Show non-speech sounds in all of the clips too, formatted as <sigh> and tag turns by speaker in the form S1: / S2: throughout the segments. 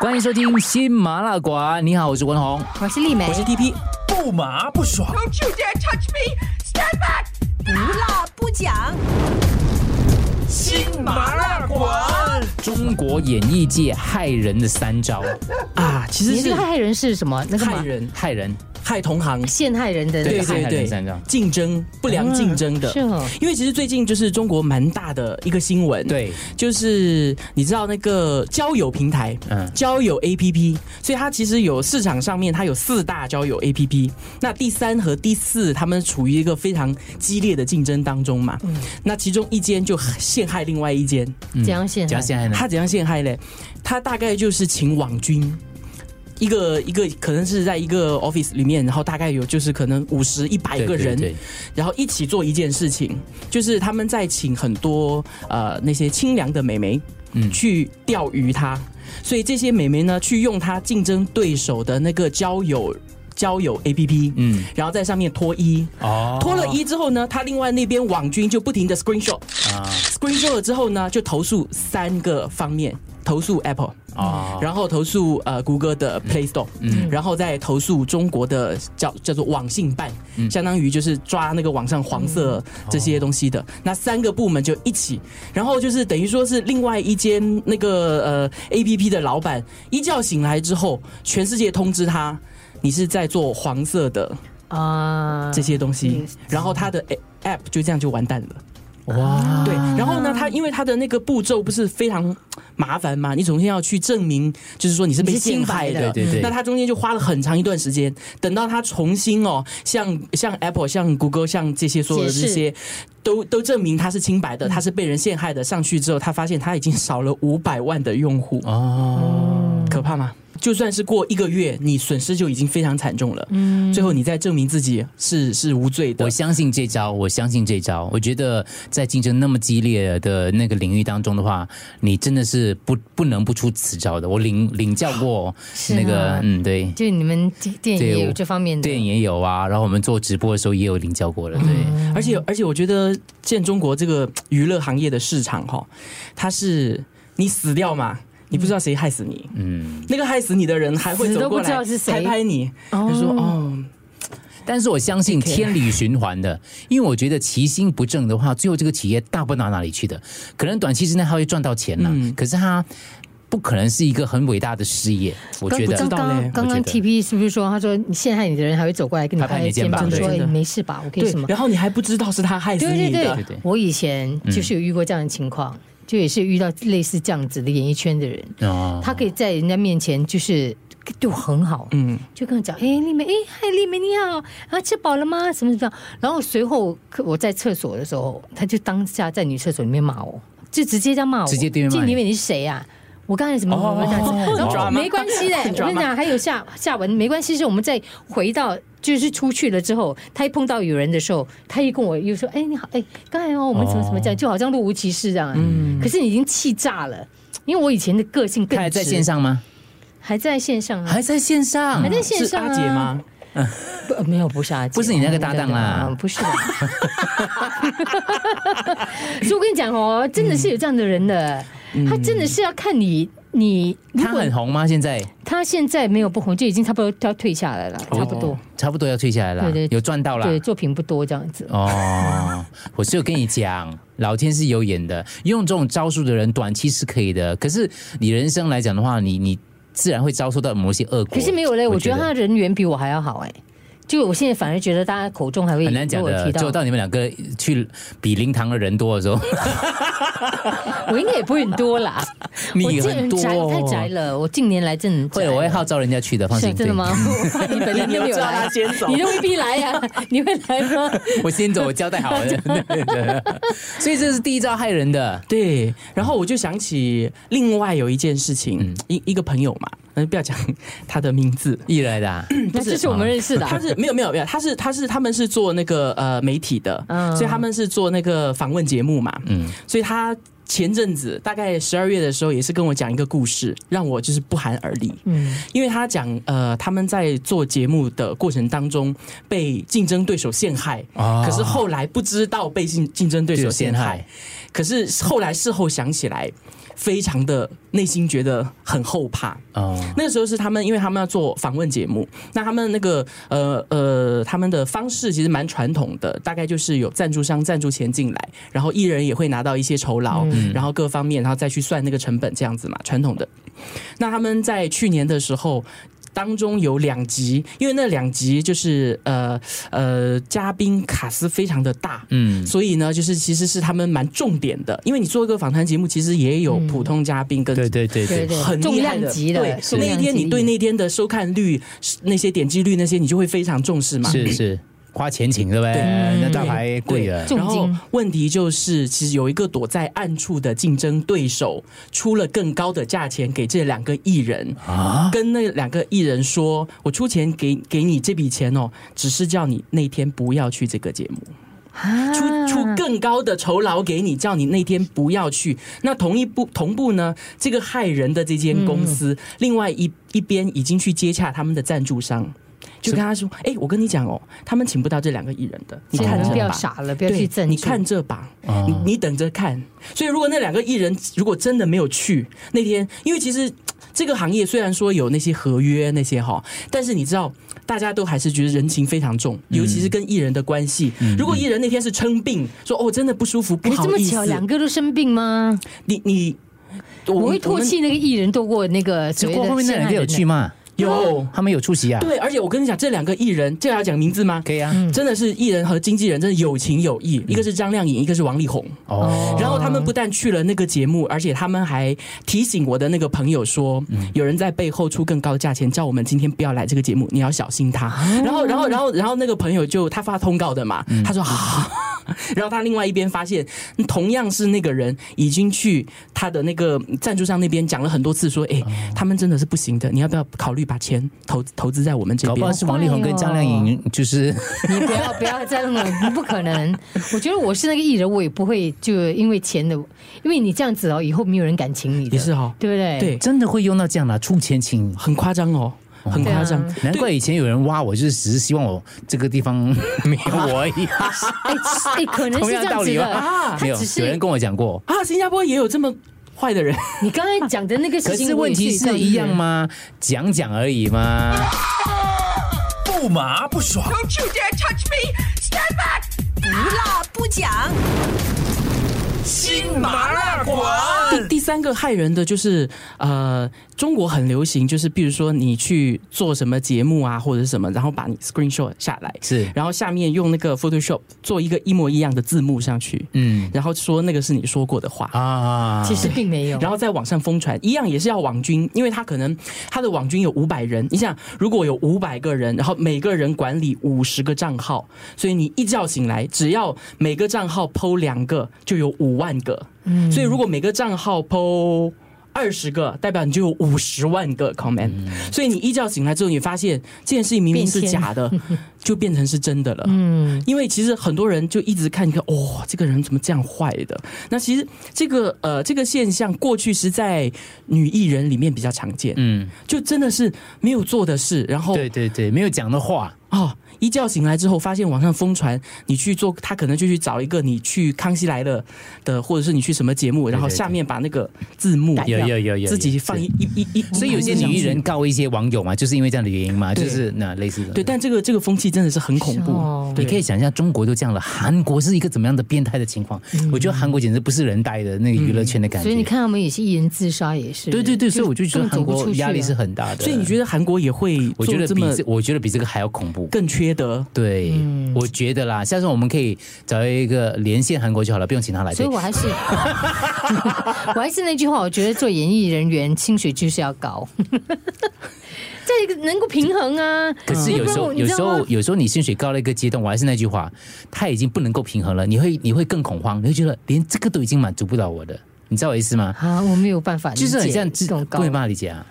S1: 欢迎收听《新麻辣馆》，你好，我是文红。
S2: 我是丽梅，
S1: TP，
S3: 不麻不爽。
S4: Don't you dare touch me! Stand back!
S2: 不辣不讲。
S3: 新麻辣馆
S1: 中国演艺界害人的三招，
S3: 啊，其实
S2: 你这
S3: 是
S2: 个害人是什么？那个嘛
S3: 害人、
S1: <laughs> 害人
S3: 害同行，
S2: 陷害人的那
S3: 对
S2: 个
S1: 害
S3: 对
S1: 人
S3: 对
S1: 三张，
S3: 竞争不良竞争的
S2: 是。哦，
S3: 因为其实最近就是中国蛮大的一个新闻，，
S1: 对，
S3: 就是你知道那个交友平台，
S1: 嗯
S3: 交友 APP，所以它其实有市场上面它有四大交友 APP，那第三和第四他们处于一个非常激烈的竞争当中嘛，那其中一间就陷害另外一间，
S1: 嗯
S2: 怎样陷害
S1: 怎样陷害呢？
S3: 他怎样陷害嘞？他大概就是请网军。一个一个可能是在一个 office 里面，然后大概有就是可能五十一百
S1: 对
S3: 个人，
S1: 对对
S3: 然后一起做一件事情，就是他们在请很多呃那些清凉的美眉，
S1: 嗯
S3: 去钓鱼她，所以这些美眉呢去用她竞争对手的那个交友交友 APP，
S1: 嗯，
S3: 然后在上面脱衣，
S1: 哦，
S3: 脱了衣之后呢，她另外那边网军就不停的 screenshot。
S1: 啊
S3: screenshot 了之后呢，就投诉三个方面，投诉 Apple，、
S1: 哦，
S3: 然后投诉呃谷歌的 Play Store，、
S1: 嗯
S3: 然后再投诉中国的叫叫做网信办，
S1: 嗯哦
S3: 相当于就是抓那个网上黄色这些东西的。那三个部门就一起，然后就是等于说是另外一间那个呃 A P P 的老板一觉醒来之后，全世界通知他。你是在做黄色的
S2: 啊，
S3: 这些东西，
S2: 嗯
S3: 然后他的 app 就这样就完蛋了。
S1: 哇，
S3: 对，然后呢，他因为他的那个步骤不是非常麻烦嘛，你首先要去证明，就是说你是被
S2: 你是清
S3: 陷
S2: 白
S3: 害
S2: 的
S3: 的，
S1: 对对对
S3: 那他中间就花了很长一段时间，等到他重新哦，像像 Apple、像谷歌、像这些所有的
S2: 解释
S3: 这些。都都证明他是清白的，他是被人陷害的。上去之后，他发现他已经 <laughs> 少了五百万的用户，
S1: 哦，
S3: 可怕吗？就算是过一个月，你损失就已经非常惨重了。嗯，最后你再证明自己是是无罪的
S1: 我，相信这招，我相信这招。我觉得在竞争那么激烈的那个领域当中的话，你真的是不不能不出此招的。我领领教过
S2: 是
S1: 那个，
S2: 啊
S1: 嗯，对，
S2: 就你们电影
S1: 对
S2: 也有
S1: 我
S2: 这方面的
S1: 电影也有啊，然后我们做直播的时候也有领教过的，对。
S3: 而
S2: 嗯
S3: 且而且，我觉得现中国这个娱乐行业的市场哈、它是你死掉嘛，你不知道谁害死你，
S1: 嗯，
S3: 那个害死你的人还会
S2: 死
S3: 走
S2: 都不
S3: 过
S2: 知
S3: 来
S2: 道是谁
S3: 拍拍你，他说哦，
S1: 但是我相信天理循环的，因为我觉得其心不正的话，最后这个企业大不到哪里去的。可能短期之内他会赚到钱了，
S3: 嗯
S1: 可是他不可能是一个很伟大的事业，我觉
S3: 不知
S1: 得
S2: 刚
S3: 道嘞
S2: 刚
S3: 我
S2: 刚
S1: 觉得
S2: 刚 T P 是不是说他说你陷害你的人还会走过来跟你
S1: 拍拍你
S2: 拍
S1: 肩
S2: 肩
S1: 膀
S2: 膀
S3: 对
S2: 说
S3: 真
S2: 你
S3: 的
S2: 没事吧？我可以
S3: 对
S2: 什么，？
S3: 然后你还不知道是他害死
S2: 对
S3: 你
S2: 对
S3: 的
S1: 对，嗯对
S2: 我以前就是有遇过这样的情况，就也是遇到类似这样子的演艺圈的人，
S1: 哦
S2: 他可以在人家面前就是对我很好，
S3: 嗯，
S2: 就跟我讲，哎、丽梅，哎、嗨，丽梅你好，啊，吃饱了吗？什么什么？然后随后可我在厕所的时候，他就当下在女厕所里面骂我，就直接这样骂我，
S1: 直接对面骂
S2: 就
S1: 你
S2: 你以为你是谁呀、我刚才什么什么这样子，然后
S3: 哦
S2: 没关系的，我跟你讲，还有下下文没关系，是我们再回到就是出去了之后，他一碰到有人的时候，他一跟我又说，哎、你好，哎、刚才哦，我们怎么怎么
S1: 嗯
S2: 讲，就好像若无其事这样、啊，可是你已经气炸了，因为我以前的个性更
S1: 他还在
S2: 直
S1: 线，上吗？
S2: 还在线上啊，
S1: 还在线上，
S2: 还在线
S3: 是
S2: 上、啊、
S3: 阿姐吗？
S2: 不，呃没有，不是阿姐，
S1: 不是你那个搭档啦
S2: 嗯不是啦。 <laughs> 所以我跟你讲哦，真的是有这样的人的，他真的是要看你，你如
S1: 嗯他
S2: 果
S1: 很红吗？现在
S2: 他现在没有不红，就已经差不多要退下来了，差不多
S3: 哦。
S1: 差不多要退下来了，
S2: 对对
S1: 有赚到啦。
S2: 对，作品不多这样子。
S1: 哦， <laughs> 我是有跟你讲，老天是有眼的，用这种招数的人，短期是可以的，可是你人生来讲的话，你你自然会遭受到某些恶果。
S2: 可是没有嘞，我觉得他
S1: 他
S2: 人缘比我还要好哎。就我现在反而觉得大家口中还会
S1: 很难讲
S2: 被我
S1: 的，
S2: 提
S1: 只有
S2: 到，
S1: 到你们两个去比灵堂的人多的时
S2: <laughs>
S1: 候，
S2: 我应该也不会很多啦。我
S1: <laughs> 你
S2: 这
S1: 很
S2: 人
S1: 多、
S2: 宅太宅
S1: 哦。
S2: 了，我近年来真的很宅
S1: 会，我会号召人家去的，放
S2: 是
S1: 心。
S2: 真的吗？ <laughs> 我怕你本人
S3: 你
S2: 都
S3: 有
S2: 没有
S3: 叫
S2: 来
S3: 他，先走
S2: 你，都未必来呀、你会来吗？
S1: 对？我先走，我交代好了。对对
S2: <laughs>
S1: <laughs> 所以这是第一招害人的。
S3: 对，然后我就想起另外有一件
S2: 嗯
S3: 事情，一一个朋友嘛，嗯，不要讲他的名字，
S1: 艺人来的、啊，
S2: 那这是我们认识的啊、
S3: 他是没有没有没有，他是他是他们是做那个呃媒体的，
S2: 嗯
S3: 所以他们是做那个访问节目嘛，
S1: 嗯，
S3: 所以他前阵子大概十二月的时候也是跟我讲一个故事，让我就是不寒而栗，
S2: 嗯，
S3: 因为他讲呃他们在做节目的过程当中被竞争对手陷害，
S1: 哦
S3: 可是后来不知道被竞竞争对手陷害，可是后来事后想起来，非常的内心觉得很后怕。
S1: 哦，
S3: 那个时候是他们，因为他们要做访问节目，那他们那个呃呃，他们的方式其实蛮传统的，大概就是有赞助商赞助钱进来，然后艺人也会拿到一些酬劳，
S1: 嗯
S3: 然后各方面，然后再去算那个成本这样子嘛，传统的。那他们在去年的时候。当中有两集，因为那两集就是呃呃，嘉宾卡斯非常的大，
S1: 嗯，
S3: 所以呢，就是其实是他们蛮重点的，因为你做一个访谈节目，其实也有普通嘉宾跟
S1: 对对对
S2: 对
S1: 对，
S2: 对，
S3: 很
S2: 重
S3: 厉害
S2: 量
S3: 的，
S2: 级
S3: 对
S2: 的，，重
S3: 那一
S2: 量
S3: 天
S2: 级
S3: 你对那天的收看率、那些点击率那些，你就会非常重视嘛。
S1: 是是花钱请嗯对不对？
S2: 嗯
S3: 对
S1: 那大牌贵了，
S2: 重
S3: 然后
S2: 金
S3: 问题就是，其实有一个躲在暗处的竞争对手，出了更高的价钱给这两个艺人，
S1: 啊，
S3: 跟那两个艺人说：“我出钱给给你这笔钱哦，只是叫你那天不要去这个节目。”
S2: 啊
S3: 出出更高的酬劳给你，叫你那天不要去。那同一步同步呢，这个害人的这间公司，
S2: 嗯
S3: 另外一一边已经去接洽他们的赞助商，就跟他说：“哎、我跟你讲哦，他们请不到这两个艺人的，你
S2: 真
S3: 看
S2: 的
S3: 着
S2: 不要
S3: 吧。”
S2: 傻了，不要去
S3: 对，
S2: 赞
S3: 你
S2: 助
S3: 看这吧，
S1: 哦
S3: 你你等着看。所以如果那两个艺人如果真的没有去那天，因为其实这个行业虽然说有那些合约那些哈，但是你知道大家都还是觉得人情非常重，
S2: 嗯
S3: 尤其是跟艺人的关系。如果艺人那天是称病，说哦真的不舒服，不
S2: 可是嗯
S3: 好
S2: 哎这么
S3: 意
S2: 巧，两
S3: 思，
S2: 个都生病吗？
S3: 你你我
S2: 我会
S3: 我
S2: 唾
S3: 们
S2: 弃那个艺人多过那个
S1: 结
S2: 所谓
S1: 果
S2: 的
S1: 后面那
S2: 陷
S1: 两
S2: 害
S1: 个有
S2: 人呢
S1: 去吗？
S3: 有
S1: 他们有出席啊？
S3: 对，而且我跟你讲，这两个艺人，这要讲名字吗？
S1: 可以啊，
S2: 嗯
S3: 真的是艺人和经纪人真的有情有义，一个是张靓颖，一个是王力宏。
S1: 哦，
S3: 然后他们不但去了那个节目，而且他们还提醒我的那个朋友说，
S1: 嗯
S3: 有人在背后出更高的价钱，叫我们今天不要来这个节目，你要小心他。
S1: 啊
S3: 然后，然后，然后，然后那个朋友就他发通告的嘛，
S1: 嗯
S3: 他说好。然后他另外一边发现，嗯同样是那个人已经去他的那个赞助商那边讲了很多次，说，哎，
S1: 哦
S3: 他们真的是不行的，你要不要考虑把钱投投资在我们这
S1: 搞不好
S3: 边？
S1: 是王力宏跟张靓颖
S2: 哦
S1: 就是
S2: 你不要不要再弄了， <laughs> 不可能。我觉得我是那个艺人，我也不会就因为钱的，因为你这样子哦，以后没有人敢请你的，
S3: 也是哦
S2: 对不对？
S3: 对
S1: 真的会用到这样的啊出钱请。
S3: 很夸张哦，很
S1: 啊
S3: 夸张。
S1: <laughs> 难怪以前有人挖我，就是只是希望我这个地方没有我而已，
S2: <laughs> 哎哎，可能是
S1: 同
S2: 这
S1: 样
S2: 样
S1: 道
S2: 子
S1: 理
S2: 的。啊
S1: 吧？没有
S2: 只，是
S1: 有人跟我讲过。
S3: 啊，新加坡也有这么坏的人。
S2: 你刚才讲的那个
S1: 可
S2: 事情，
S1: 是问题
S2: 我也
S1: 是
S2: 遇到
S1: 一样吗？讲讲而已吗？
S5: 不麻不爽，
S4: Don't you dare touch me! Stand back!
S6: 不辣不讲，
S5: 新麻辣馆。
S3: 第第三个害人的就是呃，中国很流行，就是比如说你去做什么节目啊，或者是什么，然后把你 screenshot 下来，
S1: 是
S3: 然后下面用那个 Photoshop 做一个一模一样的字幕上去，
S1: 嗯
S3: 然后说那个是你说过的话。
S1: 啊，
S2: 其实并没有。
S3: 然
S2: 后
S3: 后在网上疯传，一样也是要网军，因为他可能他的网军有五百人，你想如果有五百个人，然后每个人管理五十个账号，所以你一觉醒来，只要每个账号剖两个，就有五万个。嗯，所以如果每个账号剖二十个，代表你就有五十万个 comment、所以你一觉醒来之后，你发现这件事情明明是
S2: 嗯变天 <laughs>
S3: 假的，就变成是真的了。嗯，因为其实很多人就一直看，你看，哦，这个人怎么这样坏的？那其实这个呃这个现象，过去是在女艺人里面比较常见。
S1: 嗯，
S3: 就真的是没有做的事，然
S2: 哦
S3: 后
S1: 对对对，没有讲的话，
S3: 哦，一觉醒来之后，发现网上疯传你去做，他可能就去找一个你去《康熙来了》的，或者是你去什么节目，然后
S1: 对对
S3: 下面把那个字幕
S1: 有有有有有
S3: 自己放一一一一，
S1: 所以有些女艺人告一些网友嘛，就是因为这样的原因嘛，
S3: 对
S1: 就是那类似的。
S3: 对，但这个这个风气真的是很恐
S2: 是
S3: 怖
S2: 哦，
S3: 对
S1: 你可以想象中国都这样了，韩国是一个怎么样的变态的情况？我觉得韩国简直不是人待的那个娱乐圈的感觉。
S2: 嗯所以你看，他们有些艺人自杀也是。
S1: 对对对，所以我就觉得
S2: 更走
S1: 韩
S2: 不
S1: 国
S2: 出去啊
S1: 压力
S2: 了
S1: 是很大的。
S3: 所以你觉得韩国也会
S1: 我
S3: 做
S1: 觉得
S3: 这
S1: 比
S3: 么
S1: 这，我觉得比这个还要恐怖。
S3: 更缺德？
S1: 对，我觉得啦，下次我们可以找一个连线韩国就好了，不用请他来。
S2: 所以我还是， <laughs> 我还是那句话，我觉得做演艺人员薪水就是要高， <laughs> 这个能够平衡啊。
S1: 可是有时候，有
S2: 要不然我你知
S1: 时
S2: 道吗
S1: 候，有时候你薪水高了一个阶段，我还是那句话，他已经不能够平衡了，你会你会更恐慌，你会觉得连这个都已经满足不了我的，你知道我意思吗？
S2: 啊，我没有办法理
S1: 就
S2: 解
S1: 是很像自
S2: 这种
S1: 不
S2: 高，
S1: 会骂理解啊，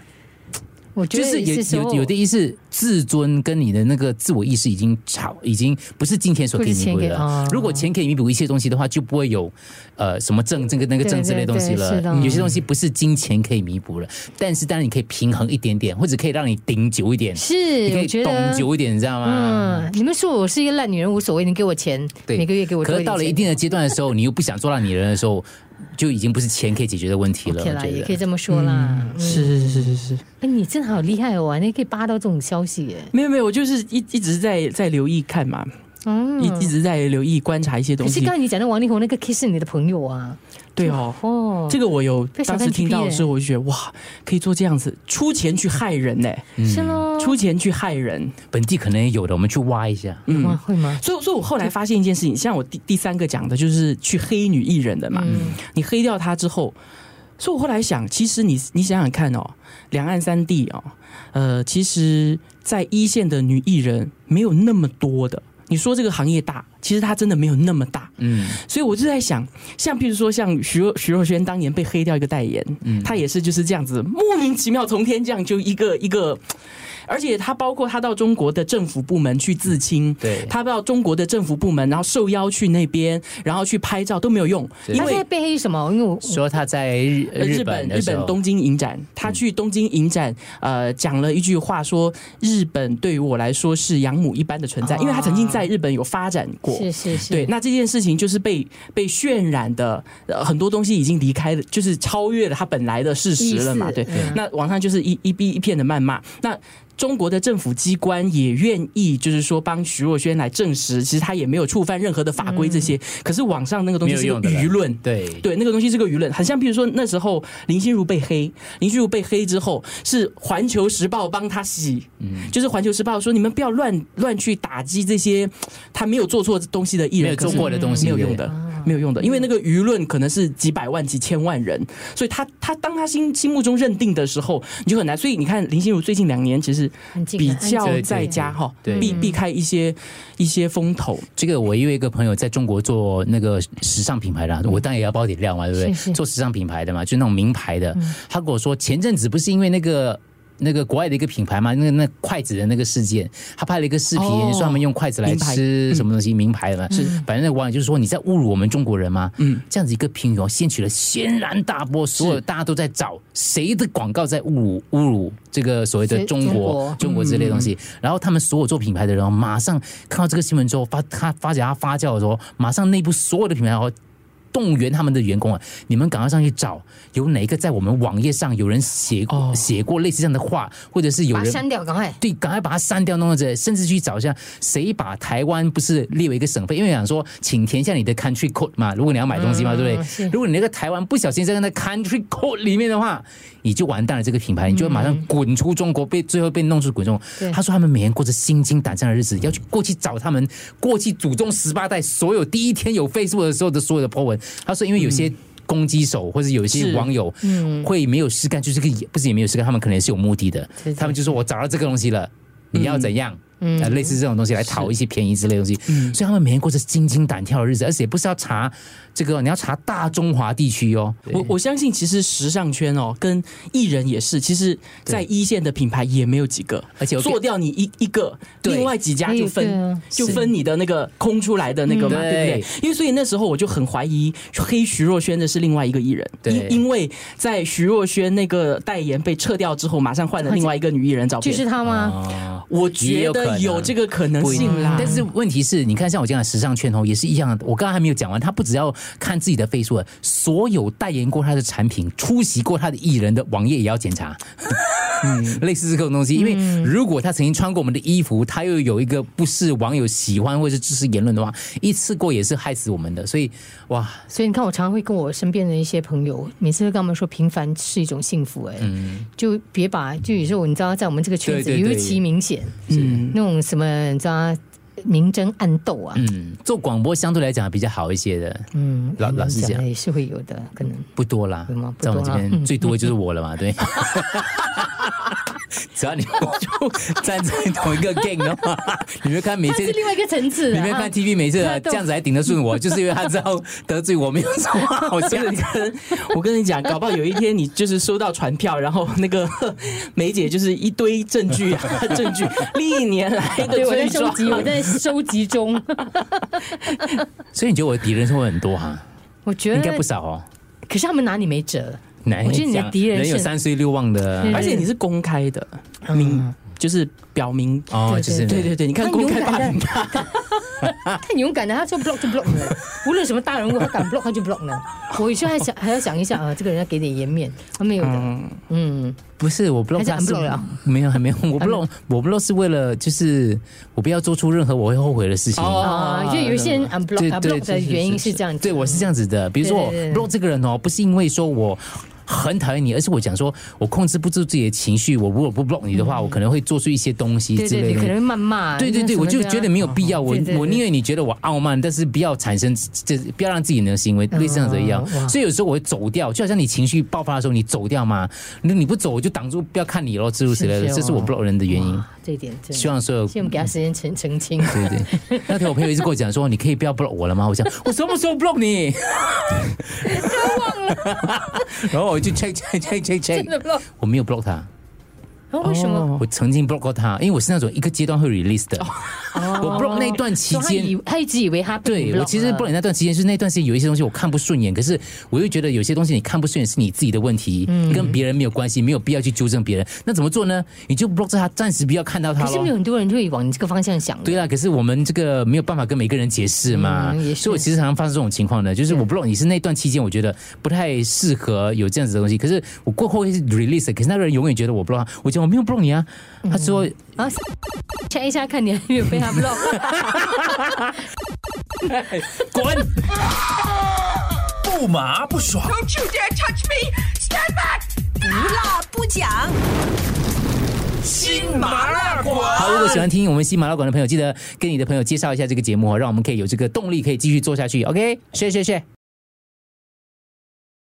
S2: 我觉
S1: 就
S2: 得
S1: 是
S2: 有
S1: 有
S2: 些时候
S1: 有有的意思，自尊跟你的那个自我意识已经吵，已经不是金钱所可以弥补
S2: 不是钱可以
S1: 的
S2: 哦。
S1: 如果钱可以弥补一切东西的话，就不会有呃什么政政跟那个政治类东西
S2: 对对对是
S1: 了
S2: 的。
S1: 有些东西不是金钱可以弥补了，但是当然你可以平衡一点点，或者可以让你顶久一点，
S2: 是
S1: 你可
S2: 我
S1: 以
S2: 觉得
S1: 懂啊久一点，你知道吗？
S2: 嗯，你们说我是一个烂女人无所谓，你给我钱，
S1: 对，
S2: 每个月给我多
S1: 可
S2: 一
S1: 是
S2: 点
S1: 到了一
S2: 钱
S1: 定的阶段的时候，你又不想做烂女人的时候，就已经不是钱可以解决的问题了。
S2: OK
S1: 我
S2: 啦，
S1: 觉得
S2: 也可以这么说啦。嗯
S3: 是是是是是，
S2: 哎，你真的好厉害哦，你可以扒到这种消息耶。
S3: 没有没有，我就是一一直在在留意看嘛，
S2: 嗯
S3: 一一直在留意观察一些东
S2: 可是
S3: 西
S2: 刚。才你讲的王力宏那个 kiss 你的朋友啊，
S3: 对哦，
S2: 哦，
S3: 这个我有
S2: 被小
S3: 当时
S2: 看
S3: 听到
S2: TP
S3: 的时候，我就觉得哇，可以做这样子，出钱去害人呢、
S2: 是喽，
S3: 嗯出钱去害人。
S1: 本地可能也有的，我们去挖一下。
S2: 哇
S3: 嗯，
S2: 会吗？
S3: 所以所以我后来发现一件事情，像我第第三个讲的就是去黑女艺人的嘛，
S2: 嗯
S3: 你黑掉她之后，所以我后来想，其实你你想想看哦，两岸三地哦，呃，其实，在一线的女艺人没有那么多的。你说这个行业大，其实它真的没有那么大。
S1: 嗯，
S3: 所以我就在想，像譬如说像徐若徐若瑄当年被黑掉一个代言，她也是就是这样子莫名其妙从天降就一个一个，而且她包括她到中国的政府部门去自清，
S1: 对
S3: 她到中国的政府部门，然后受邀去那边，然后去拍照都没有用，
S1: 对
S3: 因
S2: 他
S3: 为
S2: 在。被黑什么？因为我
S1: 说他在日
S3: 呃日
S1: 本
S3: 本
S1: 的
S3: 日
S1: 时候
S3: 本东京影展，她去东京影展，呃，讲了一句话说，日本对于我来说是养母一般的存
S1: 哦
S3: 在，因为她曾经在日本有发展过，
S2: 是是是，
S3: 对，那这件事情就是被被渲染的，呃，很多东西已经离开了，就是超越了它本来的事实了嘛。
S2: 意思
S3: 对，
S2: 嗯
S3: 那网上就是一一逼一片的谩骂。那中国的政府机关也愿意，就是说帮徐若瑄来证实，其实她也没有触犯任何的法规这
S2: 嗯
S3: 些。可是网上那个东
S1: 没
S3: 西
S1: 有
S3: 是个
S1: 用的了
S3: 舆论，
S1: 对
S3: 对，那个东西是个舆论，很像，比如说那时候林心如被黑，林心如被黑之后，是《环球时报》帮她洗，
S1: 嗯
S3: 就是《环球时报》说你们不要乱乱去打击这些他没有做错东西的艺
S1: 没
S3: 人，
S1: 有做
S3: 可是
S1: 过的啊东西，
S3: 没有用
S1: 对
S3: 的。没有用的，因为那个舆论可能是几百万、几千万人，所以他他当他心心目中认定的时候，你就很难。所以你看林心如最近两年其实
S2: 安静啊
S3: 比
S2: 安静
S3: 较
S1: 对
S3: 在家哈，
S1: 对
S3: 避避开一些一些风头。
S1: 这个我因为一个朋友在中国做那个时尚品牌的啊，我当然也要包点料嘛，对不对？
S2: 是是
S1: 做时尚品牌的嘛，就那种名牌的。他跟我说，前阵子不是因为那个。那个国外的一个品牌嘛，那个那筷子的那个事件，他拍了一个视频，
S3: 哦
S1: 说他们用筷子来
S3: 名牌
S1: 吃什么东西，名牌的嘛。是，反正那个网友就说你在侮辱我们中国人吗？嗯，这样子一个评语哦，掀起了轩然大波，所有大家都在找谁的广告在侮辱侮辱这个所谓的
S2: 谁
S1: 中国
S2: 中国嗯
S1: 中国之类的东西。然后他们所有做品牌的人哦，马上看到这个新闻之后，发他发觉他发酵的时候，马上内部所有的品牌哦。动员他们的员工啊，你们赶快上去找，有哪一个在我们网页上有人写、
S3: 哦
S1: 写过类似这样的话，或者是有
S2: 把它
S1: 人
S2: 删掉，赶快。
S1: 对，赶快把它删掉，弄到这，甚至去找一下谁把台湾不是列为一个省份，因为想说，请填一下你的 country code 嘛，如果你要买东西嘛，对不
S2: 嗯是
S1: 对？如果你那个台湾不小心在那 country code 里面的话，你就完蛋了，这个品牌你就会马上滚出中国，被最后被弄出滚中
S2: 对。
S1: 他说他们每天过着心惊胆战的日子，要去过去找他们过去祖宗十八代所有第一天有 Facebook 的时候的所有的 po 文。他说因为有些。
S2: 嗯
S1: 攻击手或者有一些
S3: 是
S1: 网友
S3: 嗯
S1: 会没有事干，就是个也不是也没有事干，他们可能也是有目的的
S2: 对对，
S1: 他们就说我找到这个东西了，你要怎样？嗯，类似这种东西来讨一些便宜之类的东西，
S2: 嗯
S1: 所以他们每天过着心惊胆跳的日子，而且不是要查这个，你要查大中华地区哦。
S3: 我我相信，其实时尚圈哦，跟艺人也是，其实，在一线的品牌也没有几个，
S1: 而且我
S3: 做掉你一一个，
S1: 对
S3: 另外几家就
S2: 哎对
S3: 分
S2: 啊
S3: 就分你的那个空出来的那个
S1: 嗯
S3: 嘛，对不对
S1: 对？
S3: 因为所以那时候我就很怀疑黑徐若瑄的是另外一个艺人，
S1: 对
S3: 因因为在徐若瑄那个代言被撤掉之后，马上换了另外一个女艺人照
S2: 就
S3: 片，
S2: 是他吗？
S1: 啊，
S3: 我
S1: 也
S3: 觉
S1: 有可能
S3: 得有这个可能
S1: 不一定
S3: 性啦。
S1: 但是问题是，你看像我这样的时尚圈哦，也是一样的。我刚刚还没有讲完，他不只要看自己的 Facebook，所有代言过他的产品、出席过他的艺人的网页也要检查。 <laughs> 类似这种东西，因为
S3: 嗯
S1: 如果他曾经穿过我们的衣服，他又有一个不是网友喜欢或是支持言论的话，一次过也是害死我们的。所以，哇，
S2: 所以你看，我常常会跟我身边的一些朋友，每次都跟他们说，平凡是一种幸福。哎，
S3: 嗯
S2: 就别把就有时候你知道，在我们这个圈子
S1: 对对对
S2: 尤其明显，
S3: 嗯，
S2: 那种什么你知道明争暗斗啊，
S1: 嗯，做广播相对来讲比较好一些的，
S2: 嗯，
S1: 老老实
S2: 讲
S1: 讲
S2: 也是会有的，可能
S1: 不多啦
S2: 有吗，不
S1: 在我
S2: 多啦
S1: 们这边
S2: 嗯
S1: 最多就是我了
S2: <laughs>
S1: 嘛，对。 <laughs> 只要你们就站在同
S2: <laughs>
S1: 一个 gang 的话，你们看每
S2: 它
S1: 次
S2: 是另外一个层次
S1: 你
S2: 啊。
S1: 们看 TV 每次
S2: 他
S1: 啊
S2: 都
S1: 这样子还顶得顺我，就是因为他知道得罪我没有什么好讲
S2: <laughs>
S3: 真的跟 <laughs> 我跟你讲，搞不好有一天你就是收到传票，然后那个 <laughs> 梅姐就是一堆证据啊，
S2: <laughs>
S3: 证据历年来的
S2: 对，我在
S3: 罪
S2: 收
S3: 状。
S2: 集，我在收
S1: <laughs>
S2: 集中。
S1: 所以你觉得我的敌人是会很多哈、
S2: 我觉
S1: 应
S2: 得
S1: 该不少哦。
S2: 可是他们拿你没辙。
S1: 哪一
S2: 我觉得你的
S1: 家
S2: 敌人
S1: 有
S2: 是
S1: 三岁六望的啊
S2: 对
S3: 而且你是公开的，明就是表明。
S1: 嗯哦，
S2: 对
S1: 就是
S3: 对对对，你看
S2: 他
S3: 公
S2: 勇
S3: 开
S2: 敢
S3: 霸
S2: 的
S3: 凌他，
S2: 太勇敢了，他说 block 就 block 了， <laughs> 无论什么大人物，他敢 block 他就 block 了。我有时候还想还要想一下啊，这个人要给点颜面，他没有的，嗯，
S1: 不是我不漏，
S2: 还是
S1: 他是
S2: unblock 了
S1: 没有还
S2: <laughs>
S1: 没有，我不漏，我不漏是为了就是我不要做出任何我会后悔的事情。
S2: 啊，就有一些人
S1: 对
S2: unblock
S1: 对
S2: unblock 的
S1: 是是
S2: 原因
S1: 是
S2: 是这样子，啊
S1: 对，我是这样子的。比如说我
S2: 对对对
S1: block 这个人哦，不是因为说我。很讨厌你，而是我讲说，我控制不住自己的情绪。我如果不 block 你的话，我可能会做出一些东西
S2: 对
S1: 之
S2: 嗯对
S1: 类
S2: 对，
S1: 的。
S2: 可能会谩骂，
S1: 对对对，
S2: 那
S1: 我就
S2: 什么的啊
S1: 觉得没有必要。我
S2: 对对对
S1: 我宁愿你觉得我傲慢，但是不要产生这这不要让自己的行为类似这样子一样。
S2: 哦哇
S1: 所以有时候我会走掉，就好像你情绪爆发的时候，你走掉嘛，那你不走我就挡住，不要看你咯，诸如此类的。
S2: 是是哦
S1: 这是我 block 人的原因
S2: 哇。这一点真的，
S1: 希望所有
S2: 先我们给他时间澄澄
S1: <laughs>
S2: 清。
S1: 对对，那天我朋友一直跟我讲说，你可以不要 block 我了吗？我想我什么时候 block 你？ <laughs> 忘了。然后我就 check check check check
S2: <laughs> 真的
S1: check，
S2: block，
S1: 我没有 block 他，
S2: 然后为什么？
S1: 我曾经 block 过他，因为我是那种一个阶段会 release 的。我 block 那一段期
S2: 哦所以他
S1: 间，
S2: 以他一直以为他被你
S1: 对我其实
S2: block 啊了
S1: 不然那段期间，就是那段时间有一些东西我看不顺眼，可是我又觉得有些东西你看不顺眼是你自己的问题，跟别人没有关系，没有必要去纠正别人。那怎么做呢？你就 block 着他，暂时不要看到他
S2: 可是没有
S1: 咯。
S2: 很多人会往你这个方向想的。
S1: 对啦，可是我们这个没有办法跟每个人解释嘛，
S2: 嗯也是
S1: 所以我其实常常发生这种情况的，就是我 block 你是那段期间我觉得不太适合有这样子的东西，可是我过后会是 release，的可是那个人永远觉得我 block 他，我讲我没有 block 你啊，他说
S2: 啊，check <laughs> 一下看你还没有被他 block。
S1: 滚。
S5: 不麻不爽。
S4: Don't you dare touch me! Stand back!
S6: 不辣不讲。
S5: 新麻辣滚，
S1: 好，如果喜欢听我们新麻辣馆的朋友，记得跟你的朋友介绍一下这个节目哦，让我们可以有这个动力，可以继续做下去。OK，谢谢谢谢。